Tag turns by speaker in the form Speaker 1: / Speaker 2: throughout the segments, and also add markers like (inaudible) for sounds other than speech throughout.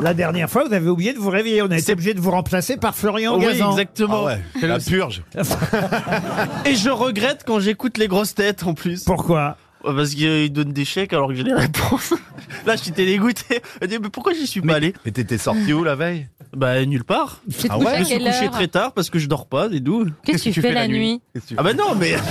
Speaker 1: La dernière fois, vous avez oublié de vous réveiller. On a été obligé de vous remplacer par Florian Gazan.
Speaker 2: exactement. Ah
Speaker 3: C'est Ah la purge.
Speaker 2: (laughs) Et je regrette quand j'écoute les grosses têtes en plus.
Speaker 1: Pourquoi
Speaker 2: Euh, Parce qu'ils donnent des chèques alors que j'ai les réponses. (laughs) Là, j'étais dégoûté. Je dis, Mais pourquoi j'y suis pas allé
Speaker 3: Mais t'étais sorti où la veille
Speaker 2: Bah, nulle part.
Speaker 4: Tu te
Speaker 3: Ah
Speaker 4: couches
Speaker 3: ouais
Speaker 4: à
Speaker 2: Je me suis
Speaker 4: quelle
Speaker 2: couché
Speaker 4: heure
Speaker 2: très tard parce que je dors pas, des doux.
Speaker 4: Qu'est-ce que tu fais la nuit
Speaker 3: Qu'est-ce que tu-
Speaker 2: Ah bah non, mais.
Speaker 3: (laughs)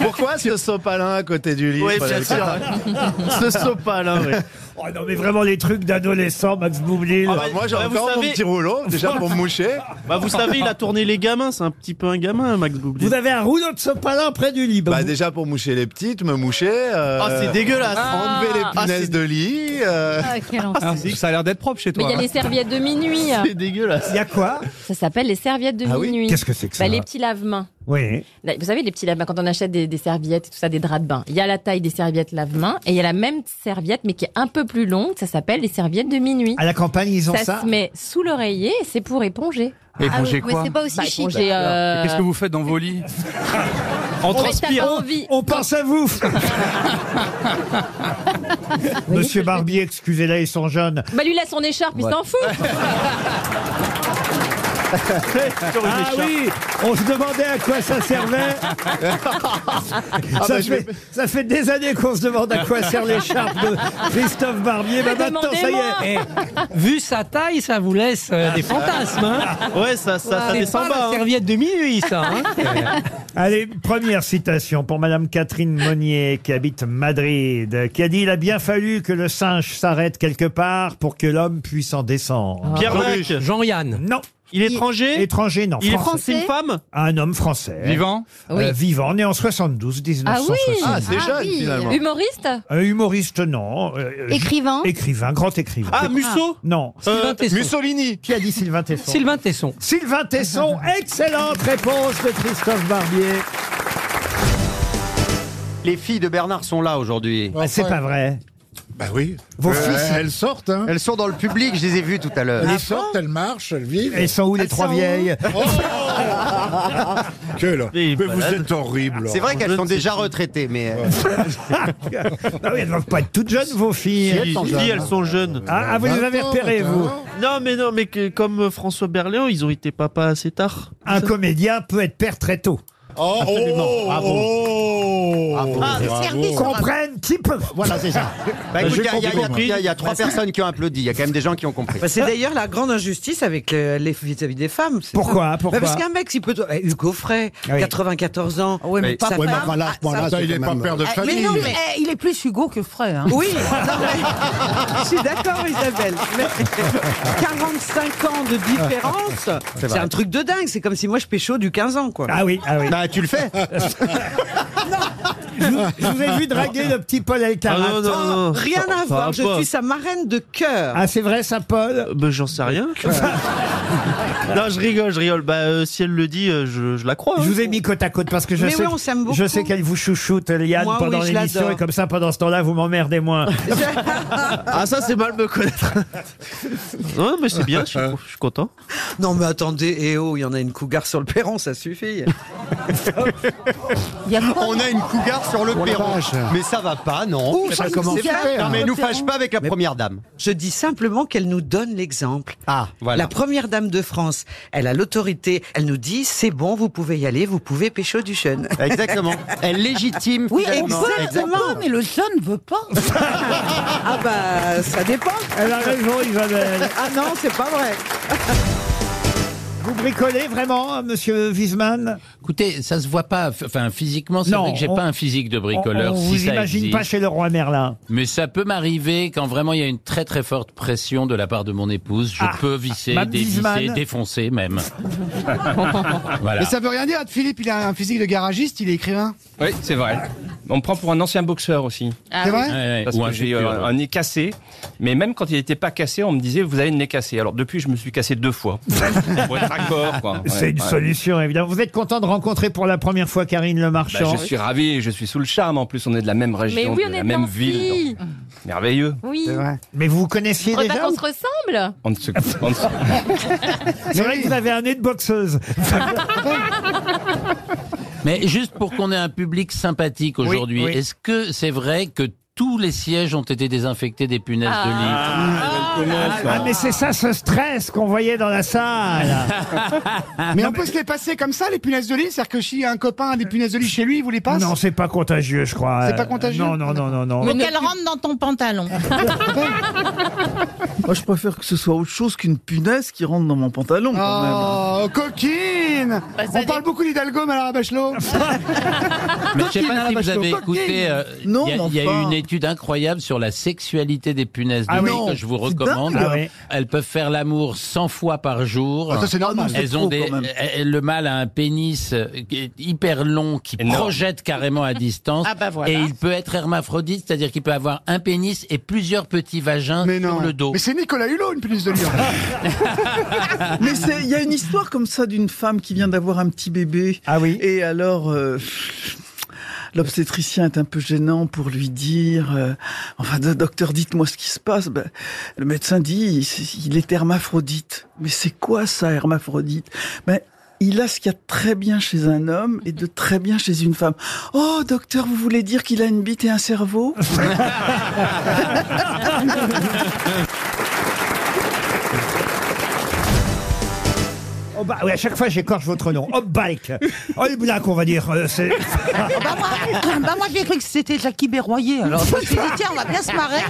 Speaker 3: Pourquoi ce sopalin à côté du lit
Speaker 2: Ouais,
Speaker 3: Fallait
Speaker 2: bien
Speaker 3: le-
Speaker 2: sûr. (laughs) Ce sopal, hein, ouais.
Speaker 1: Oh non, mais vraiment les trucs d'adolescent, Max Boublil.
Speaker 3: Ah, Moi j'avais
Speaker 2: Bah, vous
Speaker 3: encore mon
Speaker 2: savez-
Speaker 3: petit rouleau, déjà pour me moucher.
Speaker 2: Bah, vous savez, il a tourné les gamins. C'est un petit peu un gamin, Max Boublil.
Speaker 1: Vous avez un rouleau de sopalin près du lit.
Speaker 3: Bah déjà pour moucher les petites, me moucher. euh,
Speaker 2: Ah, c'est dégueulasse.
Speaker 3: Enlever les
Speaker 4: Ah,
Speaker 3: punaises
Speaker 2: c'est-
Speaker 3: de lit. euh,
Speaker 4: Ah, quel enfer.
Speaker 5: Ah, ça a l'air d'être propre chez
Speaker 4: Mais
Speaker 5: toi.
Speaker 4: il
Speaker 3: hein.
Speaker 4: y a les
Speaker 3: (laughs)
Speaker 4: serviettes de
Speaker 1: (laughs)
Speaker 4: minuit.
Speaker 2: C'est dégueulasse.
Speaker 1: Il y a quoi
Speaker 4: Ça s'appelle les serviettes de
Speaker 3: Ah oui
Speaker 4: minuit.
Speaker 1: Qu'est-ce que c'est que ça
Speaker 4: Bah, Les petits lave-mains.
Speaker 1: Oui.
Speaker 4: Là, Vous savez, les petits lave-mains, quand on achète des, des serviettes et tout ça, des draps de bain, il y a la taille des serviettes lave-mains et il y a la même serviette mais qui est un peu plus longue. Ça s'appelle les serviettes de minuit.
Speaker 1: À la campagne, ils ont
Speaker 4: ça,
Speaker 1: ça.
Speaker 4: se met sous l'oreiller et c'est pour éponger.
Speaker 5: Éponger quoi
Speaker 6: Mais c'est pas aussi
Speaker 4: Bah,
Speaker 6: chic.
Speaker 4: éponger, euh,
Speaker 5: Qu'est-ce que vous faites dans
Speaker 4: (laughs)
Speaker 5: vos lits
Speaker 2: En
Speaker 4: mais t'as
Speaker 2: transpirant.
Speaker 4: envie.
Speaker 1: On pense à vous Monsieur Barbier, excusez-la, ils sont jeunes.
Speaker 4: (laughs) Bah lui, il a son écharpe, il
Speaker 1: (laughs)
Speaker 4: s'en fout.
Speaker 1: Ah oui On se demandait à quoi
Speaker 7: (laughs)
Speaker 1: ça servait.
Speaker 7: Ah ben,
Speaker 1: ça,
Speaker 3: bah, je
Speaker 1: fait,
Speaker 3: vais-
Speaker 1: ça fait des années qu'on se demande à quoi sert l'écharpe de Christophe Barbier. Bah, maintenant, ça y est
Speaker 4: Demandez-moi.
Speaker 7: Eh, Vu sa taille, ça vous laisse euh, des fantasmes. Hein.
Speaker 2: (laughs) Ouais, ça, ça, ça
Speaker 7: C'est
Speaker 2: descend
Speaker 7: pas
Speaker 2: bas.
Speaker 7: la
Speaker 2: hein.
Speaker 7: serviette de minuit, ça.
Speaker 2: (laughs)
Speaker 7: hein.
Speaker 1: Allez, première citation pour Madame Catherine Monnier, qui habite Madrid, qui a dit « Il a bien fallu que le singe s'arrête quelque part pour que l'homme puisse en
Speaker 8: Ah,
Speaker 1: descendre.
Speaker 2: Pierre
Speaker 7: Ah,
Speaker 3: Coluche.
Speaker 2: Dac,
Speaker 7: Jean-Yann.
Speaker 1: Non,
Speaker 2: il est étranger.
Speaker 1: étranger, non.
Speaker 2: Il est
Speaker 1: Français.
Speaker 2: français. C'est une femme
Speaker 1: Un homme français.
Speaker 5: Vivant
Speaker 1: Euh, vivant, né en 72,
Speaker 4: Ah
Speaker 1: 1972.
Speaker 4: oui
Speaker 3: Ah, c'est
Speaker 6: Ah
Speaker 3: jeune
Speaker 6: oui.
Speaker 3: finalement.
Speaker 4: Humoriste
Speaker 1: Un Euh, humoriste, non. Euh,
Speaker 6: Écrivain.
Speaker 1: euh, Écrivain, grand écrivain.
Speaker 2: Ah, Musso Euh,
Speaker 1: non.
Speaker 7: Sylvain Tesson.
Speaker 3: Mussolini.
Speaker 1: Qui a dit Sylvain Tesson
Speaker 7: Sylvain Tesson.
Speaker 1: Sylvain
Speaker 7: (laughs)
Speaker 1: Tesson, excellente réponse de Christophe Barbier.
Speaker 9: Les filles de Bernard sont là aujourd'hui.
Speaker 1: Ah, C'est pas vrai.
Speaker 10: Bah oui.
Speaker 1: Vos
Speaker 3: Euh,
Speaker 1: fils,
Speaker 10: elles sortent, hein.
Speaker 9: Elles sont dans le public, je les ai vues tout à l'heure.
Speaker 10: Elles sortent, elles marchent, elles vivent.
Speaker 1: elles sont où les trois vieilles
Speaker 10: Que là.
Speaker 2: Et
Speaker 10: Mais vous
Speaker 2: malade.
Speaker 10: êtes
Speaker 1: (laughs)
Speaker 10: horrible.
Speaker 9: C'est vrai qu'elles sont déjà retraitées, mais euh,
Speaker 1: Ah oui, elles doivent pas être toutes jeunes, vos filles.
Speaker 2: Si, si, elles sont jeunes.
Speaker 1: Ah, ah, vous les avez repérées, vous.
Speaker 2: Non, mais non, mais que, comme François Berléand, ils ont été papa assez tard.
Speaker 1: Un comédien peut être père très tôt.
Speaker 10: Oh, oh, oh,
Speaker 9: Bravo.
Speaker 10: Ah,
Speaker 6: le
Speaker 10: bravo.
Speaker 6: service
Speaker 10: Com-
Speaker 1: Comprennent qui peut.
Speaker 9: voilà, c'est ça. Bah, écoute,
Speaker 2: J'ai
Speaker 9: il y a- il y, a- il y a-
Speaker 2: compris.
Speaker 9: il y a- il y a trois personnes qui ont applaudi. Il y a quand même des gens qui ont compris.
Speaker 11: Bah, c'est (laughs) d'ailleurs la grande injustice avec le- les vis-à-vis des femmes. c'est
Speaker 1: Pourquoi,
Speaker 11: ça.
Speaker 1: pourquoi
Speaker 11: Bah, Parce qu'un mec, il peut. eh, Hugo Frey,
Speaker 1: Ah oui.
Speaker 11: 94 ans. Oui,
Speaker 9: mais
Speaker 11: sa
Speaker 10: Ouais, mais
Speaker 11: femme-
Speaker 10: enfin là, à ce moment-là, c'est
Speaker 11: sa- Oui,
Speaker 10: quand
Speaker 3: il est pas
Speaker 10: même- euh,
Speaker 3: père
Speaker 11: Ah,
Speaker 3: de famille.
Speaker 6: ah, Mais non, (laughs) mais eh, il est plus Hugo que Frey. Hein. (laughs)
Speaker 11: non, mais- je suis d'accord, Isabelle. Mais 45 ans de
Speaker 1: (laughs)
Speaker 11: différence, c'est un truc de dingue. C'est comme si moi je pécho du 15 ans, quoi.
Speaker 1: Ah oui, ah oui.
Speaker 9: Bah, tu le
Speaker 11: (laughs)
Speaker 9: fais.
Speaker 1: Je vous- Je vous ai vu draguer le petit Paul
Speaker 2: Ah
Speaker 1: Alcarat.
Speaker 2: non, non, non.
Speaker 11: Rien
Speaker 2: Ça
Speaker 11: à voir,
Speaker 2: va
Speaker 11: je
Speaker 2: pas.
Speaker 11: suis sa marraine de cœur.
Speaker 1: Ah, c'est vrai, ça, Paul
Speaker 2: Euh, Bah, j'en sais rien.
Speaker 1: (laughs)
Speaker 2: non, je rigole, je rigole. Bah, euh, si elle le dit, euh, je, je la crois.
Speaker 1: Je
Speaker 2: hein.
Speaker 1: vous ai mis côte à côte parce que je
Speaker 11: Mais
Speaker 1: sais,
Speaker 11: oui, on s'aime beaucoup.
Speaker 1: je sais qu'elle vous chouchoute, Liane,
Speaker 11: Moi,
Speaker 1: pendant
Speaker 11: oui, je
Speaker 1: l'émission
Speaker 11: l'adore.
Speaker 1: et comme ça, pendant ce temps-là, vous m'emmerdez
Speaker 11: (laughs)
Speaker 1: moins.
Speaker 2: Ah, ça, c'est mal me connaître. (laughs) non, mais c'est bien, je suis, je suis content.
Speaker 11: Non, mais attendez, eh oh, il y en a une cougar sur le perron, ça suffit.
Speaker 6: Il y a quoi
Speaker 9: On a une cougar sur le
Speaker 10: Oh la
Speaker 9: perron.
Speaker 10: vache.
Speaker 9: Mais ça va pas, non.
Speaker 11: Ouh,
Speaker 9: C'est
Speaker 11: ça
Speaker 9: pas-
Speaker 11: commence
Speaker 9: c'est
Speaker 11: à
Speaker 9: pas-
Speaker 11: faire.
Speaker 9: Non, mais nous
Speaker 11: Perron.
Speaker 9: fâche pas avec la première dame.
Speaker 11: Je dis simplement qu'elle nous donne l'exemple.
Speaker 9: Ah, voilà.
Speaker 11: La première dame de France, elle a l'autorité. Elle nous dit c'est bon, vous pouvez y aller, vous pouvez pécho du jeune.
Speaker 9: Exactement. Elle légitime.
Speaker 6: Oui,
Speaker 9: finalement.
Speaker 6: exactement. Mais le jeune ne veut pas.
Speaker 11: Ah bah ça dépend.
Speaker 1: Elle a raison, Isabelle.
Speaker 11: Ah non, c'est pas vrai.
Speaker 1: Vous bricolez vraiment, hein, monsieur Wiesmann
Speaker 12: Écoutez, ça se voit pas. f- Enfin, physiquement, c'est
Speaker 1: Non,
Speaker 12: vrai que j'ai
Speaker 1: on-
Speaker 12: pas un physique de
Speaker 1: On,
Speaker 12: bricoleur.
Speaker 1: on
Speaker 12: si
Speaker 1: vous
Speaker 12: ça
Speaker 1: imagine
Speaker 12: existe.
Speaker 1: pas chez le roi Merlin.
Speaker 12: Mais ça peut m'arriver quand vraiment il y a une très très forte pression de la part de mon épouse. Je
Speaker 1: Ah,
Speaker 12: peux visser,
Speaker 1: Mme
Speaker 12: dévisser,
Speaker 1: Wiesmann.
Speaker 12: défoncer même. voilà.
Speaker 3: Mais ça veut rien dire, Philippe, il a un physique de garagiste, il est écrivain.
Speaker 5: Oui, c'est vrai. On me prend pour un ancien boxeur aussi.
Speaker 6: Ah
Speaker 3: C'est
Speaker 6: oui.
Speaker 3: vrai
Speaker 12: Ouais, ouais,
Speaker 5: Parce
Speaker 12: ou
Speaker 5: que
Speaker 12: un
Speaker 5: j'ai eu
Speaker 12: futur.
Speaker 5: un, un nez cassé. Mais même quand il n'était pas cassé, on me disait vous avez le nez cassé. Alors depuis, je me suis cassé deux
Speaker 3: (laughs)
Speaker 5: fois. Pour être raccord, quoi. Ouais,
Speaker 1: C'est une
Speaker 5: ouais.
Speaker 1: solution, évidemment. Vous êtes content de rencontrer pour la première fois Karine Le
Speaker 5: Bah,
Speaker 1: Marchand
Speaker 5: je suis ravi, je suis sous le charme. En plus, on est de la même
Speaker 4: Mais
Speaker 5: région,
Speaker 4: oui, on
Speaker 5: de
Speaker 4: est
Speaker 5: la même ville.
Speaker 4: nantis.
Speaker 5: donc, merveilleux.
Speaker 4: Oui.
Speaker 1: Mais vous vous connaissiez
Speaker 4: On
Speaker 1: déjà
Speaker 4: qu'on se (laughs) ressemble
Speaker 5: On ne se- on ne se-
Speaker 1: C'est vrai que vous avez un nez de
Speaker 11: (laughs)
Speaker 1: boxeuse.
Speaker 12: Mais juste pour qu'on ait un public sympathique aujourd'hui,
Speaker 1: oui.
Speaker 12: est-ce que c'est vrai que tous les sièges ont été désinfectés des punaises de lit
Speaker 1: Ah, mais c'est ça ce stress qu'on voyait dans la salle. ah,
Speaker 3: Mais on peut se les passer comme ça, les punaises de lit C'est-à-dire que si un copain a des punaises de lit chez lui, il vous les passe
Speaker 1: Non, c'est pas contagieux, je crois.
Speaker 3: C'est pas
Speaker 1: Euh,
Speaker 3: contagieux
Speaker 1: Non, non, non, non, non.
Speaker 13: Mais qu'elle rentre dans ton
Speaker 4: (laughs)
Speaker 13: pantalon.
Speaker 2: Moi, je préfère que ce soit autre chose qu'une punaise qui rentre dans mon pantalon.
Speaker 3: Oh, coquine On parle beaucoup d'Hidalgo, mais alors bah, à Bachelot (laughs)
Speaker 12: Mais je sais pas si
Speaker 3: Coquine,
Speaker 12: vous avez
Speaker 3: Coquine.
Speaker 12: écouté. euh, Il
Speaker 3: Non,
Speaker 12: y a,
Speaker 3: mais
Speaker 12: il y a eu
Speaker 3: enfin.
Speaker 12: une étude incroyable sur la sexualité des punaises de
Speaker 3: Ah
Speaker 12: lit
Speaker 3: oui.
Speaker 12: que je vous
Speaker 3: C'est
Speaker 12: recommande.
Speaker 3: dingue. Ah oui.
Speaker 12: Elles peuvent faire l'amour 100 fois par jour.
Speaker 3: Ah, ça, c'est normal. Ah non,
Speaker 12: Elles
Speaker 3: c'est
Speaker 12: ont
Speaker 3: trop,
Speaker 12: des.
Speaker 3: quand même.
Speaker 12: elles- le mâle a un pénis euh, qui est hyper long qui projette carrément à distance.
Speaker 13: Ah bah voilà.
Speaker 12: Et il peut être hermaphrodite, c'est-à-dire qu'il peut avoir un pénis et plusieurs petits vagins sur le dos.
Speaker 3: Mais c'est Nicolas Hulot, une punaise de lit
Speaker 14: Mais c'est- il y a une histoire comme ça d'une femme qui vient d'avoir un petit bébé.
Speaker 1: Ah oui.
Speaker 14: Et alors. euh, L'obstétricien est un peu gênant pour lui dire euh, Enfin, do- docteur, dites-moi ce qui se passe. Ben, le médecin dit il- Il est hermaphrodite. Mais c'est quoi ça, hermaphrodite ben, Il a ce qu'il y a de très bien chez un homme et de très bien chez une femme. Oh, docteur, vous voulez dire qu'il a une bite et un cerveau
Speaker 1: Oh bah, oui, à chaque fois, j'écorche votre nom. Hop, bike. Oh, les blagues, on va dire. euh, c'est-
Speaker 6: Ah bah moi, bah moi, j'ai cru que c'était Jackie Berroyer. Alors je me suis dit, tiens, on va bien se marrer.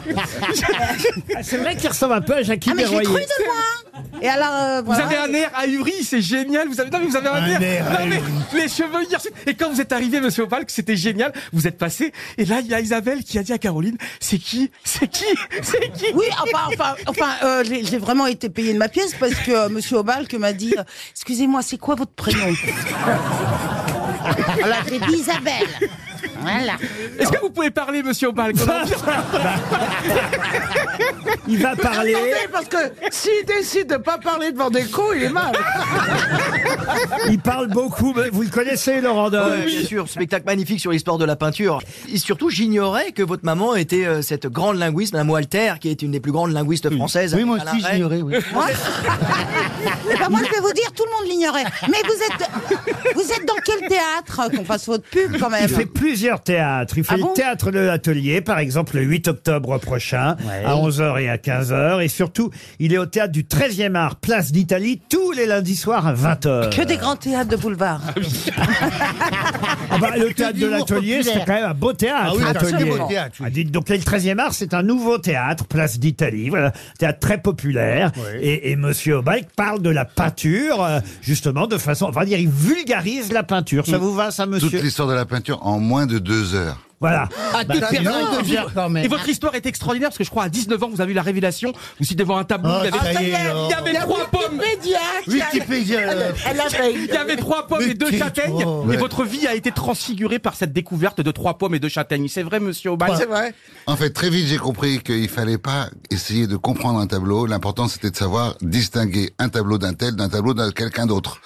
Speaker 1: Ah, c'est vrai qu'il ressemble un peu à Jackie
Speaker 6: Ah, mais j'ai
Speaker 1: Berroyer.
Speaker 6: cru de loin. Et alors, euh, voilà.
Speaker 8: air ahuri, c'est génial. Vous avez, non, mais vous avez un,
Speaker 10: Un air
Speaker 8: non, mais les cheveux hirsutes. Et quand vous êtes arrivé, monsieur Opal, que c'était génial, vous êtes passé. Et là, il y a Isabelle qui a dit à Caroline, c'est qui? C'est qui? C'est qui?
Speaker 6: Oui, enfin, enfin, enfin euh, j'ai j'ai vraiment été payée de ma pièce parce que euh, Monsieur Obalk m'a dit euh, Excusez-moi, c'est quoi votre prénom
Speaker 13: Alors j'ai dit Isabelle. Voilà.
Speaker 8: Est-ce que vous pouvez parler, monsieur Opal? qu'on a envie-
Speaker 1: (laughs) Il va parler.
Speaker 6: Attendez, parce que s'il décide de pas parler devant des cons, il est mal.
Speaker 1: (laughs) Il parle beaucoup. mais Vous le connaissez, Laurent Deutsch
Speaker 9: Oui, bien sûr, spectacle magnifique sur l'histoire de la peinture. Et surtout, j'ignorais que votre maman était euh, cette grande linguiste, Madame Walter, qui est une des plus grandes linguistes françaises.
Speaker 3: Oui, moi
Speaker 9: à la
Speaker 3: aussi,
Speaker 9: Reine.
Speaker 3: j'ignorais, oui.
Speaker 6: Moi, Eh ben, moi, je vais vous dire, tout le monde l'ignorait. Mais vous êtes, vous êtes dans quel théâtre qu'on fasse votre pub quand même
Speaker 1: Il fait plusieurs théâtres. Il fait le théâtre de l'atelier, par exemple, le 8 octobre prochain, à 11h et à 15h. Et surtout, il est au théâtre du 13e art, place d'Italie, tous les lundis soirs à 20h.
Speaker 6: Que des grands théâtres de boulevard.
Speaker 1: Ah bah, le théâtre de
Speaker 6: d'humour
Speaker 1: l'atelier,
Speaker 6: populaire.
Speaker 1: c'est quand même un beau théâtre.
Speaker 6: Ah oui, c'est un
Speaker 1: l'Atelier.
Speaker 6: très beau théâtre,
Speaker 1: Ah, dites donc, le 13e art, c'est un nouveau théâtre, place d'Italie. Voilà, théâtre très populaire. Et, et Monsieur Obike parle de la peinture, euh, justement, de façon, on va dire, il vulgarise la peinture.
Speaker 15: Mm.
Speaker 1: Ça vous va, ça, monsieur
Speaker 15: Toute l'histoire de la peinture en moins de deux heures.
Speaker 1: Voilà.
Speaker 8: Ah,
Speaker 15: Bah,
Speaker 8: toute
Speaker 15: ça
Speaker 8: personne
Speaker 15: vient de
Speaker 8: devient-
Speaker 15: vivre, quand même.
Speaker 8: Et votre histoire est extraordinaire parce que je crois à 19 ans, vous avez eu la révélation. Vous étiez devant un tableau,
Speaker 10: Ah,
Speaker 8: il y avait,
Speaker 10: ça y est,
Speaker 8: il y avait
Speaker 10: alors.
Speaker 8: il y avait trois pommes.
Speaker 10: Wikipédia, euh.
Speaker 8: Il y avait trois pommes et deux
Speaker 10: Mais
Speaker 8: châtaignes.
Speaker 10: tais-toi.
Speaker 8: Et votre vie a été transfigurée par cette découverte de trois pommes et deux châtaignes. C'est vrai, monsieur Aubin Oh,
Speaker 15: En fait, très vite, j'ai compris qu'il fallait pas essayer de comprendre un tableau. L'important, c'était de savoir distinguer un tableau d'un tel d'un tableau d'un quelqu'un d'autre.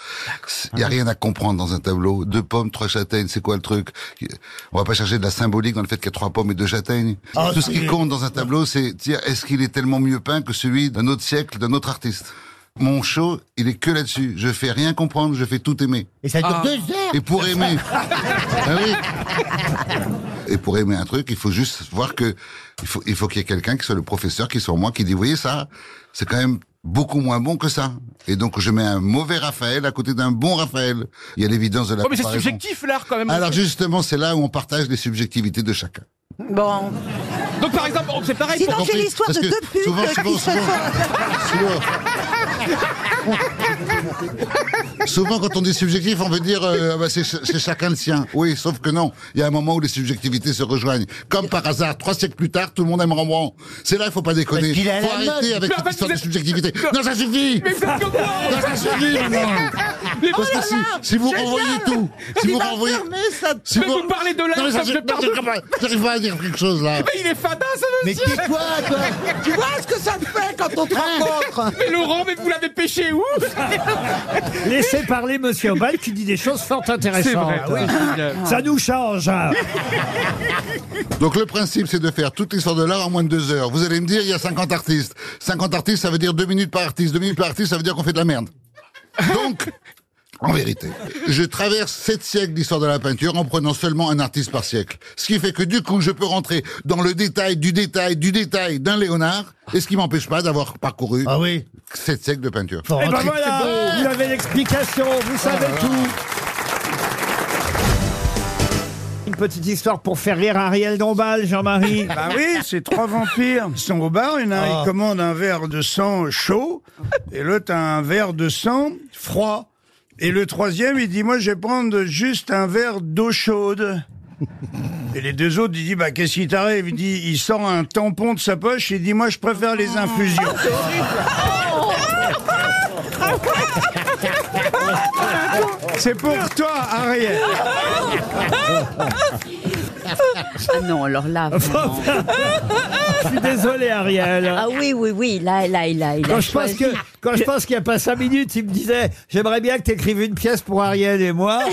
Speaker 15: Il y a rien à comprendre dans un tableau. Deux pommes, trois châtaignes, c'est quoi le truc On va pas chercher de la symbolique dans le fait qu'il y a trois pommes et deux châtaignes.
Speaker 10: Ah,
Speaker 15: Tout ce
Speaker 10: c'est-
Speaker 15: qui compte dans un tableau, c'est de dire est-ce qu'il est tellement mieux peint que celui d'un autre siècle, d'un autre artiste. Mon show, il est que là-dessus. Je fais rien comprendre, je fais tout aimer.
Speaker 10: Et ça dure Ah. deux heures.
Speaker 15: Et pour aimer. Ah oui. Et pour aimer un truc, il faut juste voir que il faut il faut qu'il y ait quelqu'un qui soit le professeur, qui soit moi, qui dit vous voyez ça, c'est quand même beaucoup moins bon que ça. Et donc je mets un mauvais Raphaël à côté d'un bon Raphaël. Il y a l'évidence de la
Speaker 8: Oh, mais c'est
Speaker 15: comparaison.
Speaker 8: subjectif, l'art, quand même.
Speaker 15: Alors justement, c'est là où on partage les subjectivités de chacun.
Speaker 6: Bon.
Speaker 8: Donc, par exemple, c'est pareil.
Speaker 6: Sinon,
Speaker 15: pour-
Speaker 6: j'ai l'histoire de
Speaker 15: Parce que
Speaker 6: deux putes
Speaker 15: souvent, souvent,
Speaker 6: qui se
Speaker 15: souvent. Souvent, quand on dit subjectif, on veut dire euh, Ah bah, c'est ch- c'est chacun le sien. Oui, sauf que non. Il y a un moment où les subjectivités se rejoignent. Comme par hasard, trois siècles plus tard, tout le monde aime Rembrandt. C'est là, il faut pas déconner.
Speaker 10: Parce qu'il est à
Speaker 15: faut
Speaker 10: la
Speaker 15: arrêter
Speaker 10: mode.
Speaker 15: avec
Speaker 10: Mais en
Speaker 15: cette
Speaker 10: fait,
Speaker 15: histoire
Speaker 10: vous
Speaker 15: de
Speaker 10: êtes-
Speaker 15: subjectivité. Non, ça suffit.
Speaker 10: Mais vous êtes comme moi. Oh
Speaker 15: Non, ça suffit maintenant. Parce que si, si vous renvoyez tout, si vous renvoyez, si
Speaker 8: Mais vous parlez de l'art
Speaker 15: Non, mais ça
Speaker 8: comme
Speaker 15: suffit.
Speaker 8: de
Speaker 15: Non,
Speaker 8: partout.
Speaker 15: j'arrive pas- J'arrive pas à dire quelque chose là.
Speaker 8: Mais il est fada, ça,
Speaker 15: Mais
Speaker 8: monsieur
Speaker 15: tais-toi,
Speaker 8: (laughs)
Speaker 15: toi. Hein
Speaker 6: Tu vois ce que ça te fait quand on te rencontre
Speaker 8: Mais Laurent, mais vous l'avez
Speaker 15: (laughs)
Speaker 8: pêché où
Speaker 1: (laughs) Laissez parler Monsieur Obal qui dit des choses fort intéressantes.
Speaker 15: C'est vrai, oui.
Speaker 1: Ça nous change. hein.
Speaker 15: Donc le principe, c'est de faire toute l'histoire de l'art en moins de deux heures. Vous allez me dire, il y a 50 artistes. 50 artistes, ça veut dire deux minutes par artiste. Deux minutes par artiste, ça veut dire qu'on fait de la merde. Donc, En vérité. Je traverse sept siècles d'histoire de la peinture en prenant seulement un artiste par siècle. Ce qui fait que du coup, je peux rentrer dans le détail du détail du détail d'un Léonard, et ce qui m'empêche pas d'avoir parcouru sept siècles de peinture.
Speaker 1: Eh ben voilà, vous avez l'explication,
Speaker 16: Ah
Speaker 1: vous savez tout. Une petite histoire pour faire rire Ariel Dombal, Jean-Marie.
Speaker 16: (laughs) Bah oui, c'est trois vampires. Ils sont au bar, il y en a un,
Speaker 1: Ah.
Speaker 16: il commande un verre de sang chaud, et l'autre un verre de sang froid. Et le troisième, il dit, moi, je vais prendre juste un verre d'eau chaude. Et les deux autres, il dit, bah, qu'est-ce qui t'arrive? Il dit, il sort un tampon de sa poche, il dit, moi, je préfère les infusions. C'est pour toi, Ariel.
Speaker 4: Ah non, alors
Speaker 1: (laughs)
Speaker 4: là. vraiment.
Speaker 1: Je suis désolé, Ariel.
Speaker 4: Ah oui, oui, oui, là, là, là, il a
Speaker 1: Quand je pense
Speaker 4: choisi.
Speaker 1: que, quand je pense qu'il n'y a pas cinq minutes, il me disait, j'aimerais bien que t'écrives une pièce pour Ariel et moi.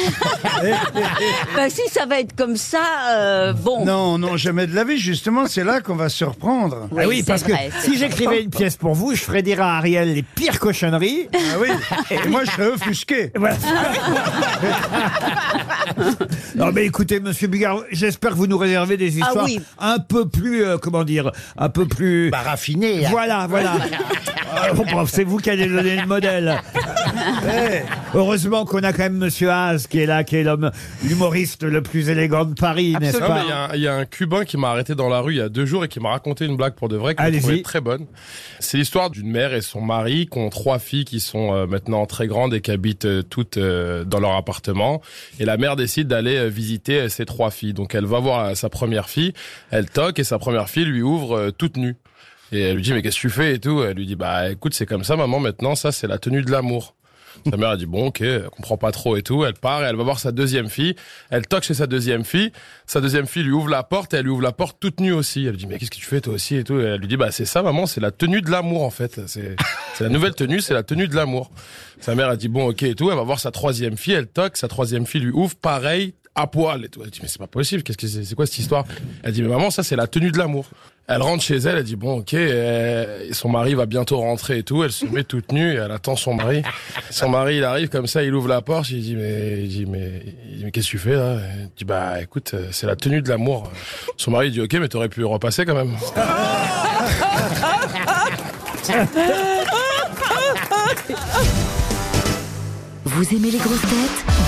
Speaker 17: Bah, si ça va être comme ça, euh, bon.
Speaker 16: Non, non, jamais de la vie. Justement, c'est là qu'on va se reprendre.
Speaker 1: Ah oui, parce que si j'écrivais une pièce pour vous, je ferais dire à Ariel les pires cochonneries.
Speaker 16: Ah oui, et moi je serais
Speaker 1: (laughs)
Speaker 16: offusqué.
Speaker 1: Non mais écoutez, Monsieur Bigard, j'espère que vous nous réservez des histoires
Speaker 10: oui.
Speaker 1: un peu plus, euh, comment dire, un peu plus... Bah,
Speaker 10: raffinées, hein.
Speaker 1: Voilà, (laughs)
Speaker 10: (laughs)
Speaker 1: voilà. Euh, bon, bon, C'est vous qui allez donner le modèle. Eh, Heureusement qu'on a quand même Monsieur Haas qui est là, qui est l'homme, l'humoriste le plus élégant de Paris, n'est-ce
Speaker 18: Non, mais
Speaker 1: pas
Speaker 18: Il y a un- il y, a un Cubain qui m'a arrêté dans la rue il y a deux jours et qui m'a raconté une blague pour de vrai que je
Speaker 1: Allez-y.
Speaker 18: trouvais très bonne. C'est l'histoire d'une mère et son mari qui ont trois filles qui sont euh, maintenant très grandes et qui habitent euh, toutes euh, dans leur appartement. Et la mère décide d'aller euh, visiter euh, ces trois filles. Donc elle va voir euh, sa première fille, elle toque et sa première fille lui ouvre euh, toute nue. Et elle lui dit mais qu'est-ce que tu fais et tout. Elle lui dit bah écoute c'est comme ça maman maintenant ça c'est la tenue de l'amour. Sa mère a dit bon ok, elle comprend pas trop et tout. Elle part et elle va voir sa deuxième fille. Elle toque chez sa deuxième fille. Sa deuxième fille lui ouvre la porte et elle lui ouvre la porte toute nue aussi. Elle lui dit mais qu'est-ce que tu fais toi aussi et tout. Et elle lui dit bah c'est ça maman, c'est la tenue de l'amour en fait. C'est c'est la nouvelle tenue, c'est la tenue de l'amour. Sa mère a dit bon ok et tout. Elle va voir sa troisième fille. Elle toque. Sa troisième fille lui ouvre pareil à poil et tout. Elle dit mais c'est pas possible. Qu'est-ce que c'est c'est quoi cette histoire Elle dit mais maman ça c'est la tenue de l'amour. Elle rentre chez elle, elle dit bon ok, euh, son mari va bientôt rentrer et tout, elle se met toute nue, et elle attend son mari. Son mari il arrive comme ça, il ouvre la porte, il dit mais, il dit mais, il dit, mais qu'est-ce que tu fais là Elle dit bah écoute, euh, c'est la tenue de l'amour. Son mari dit ok mais t'aurais pu repasser quand même. Oh,
Speaker 19: Vous aimez les grosses têtes